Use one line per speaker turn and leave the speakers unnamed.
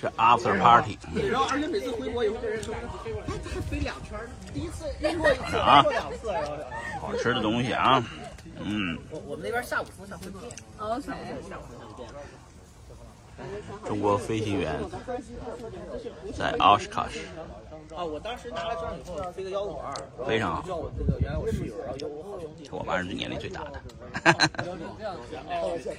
这 after party 嗯
然后而且每次回国以后，这人说，哎，他飞两圈，第一次英国一次，
啊
英国两次，然后
好吃的东西啊，嗯，
我我们那边下午风向会变，
OK，
中国飞行员在奥斯卡什，
啊，我当时拿了证以后飞个幺五二，
非常好
叫我这个原来我室友，然后有我好兄弟，
我们还是年龄最大的。
然后开。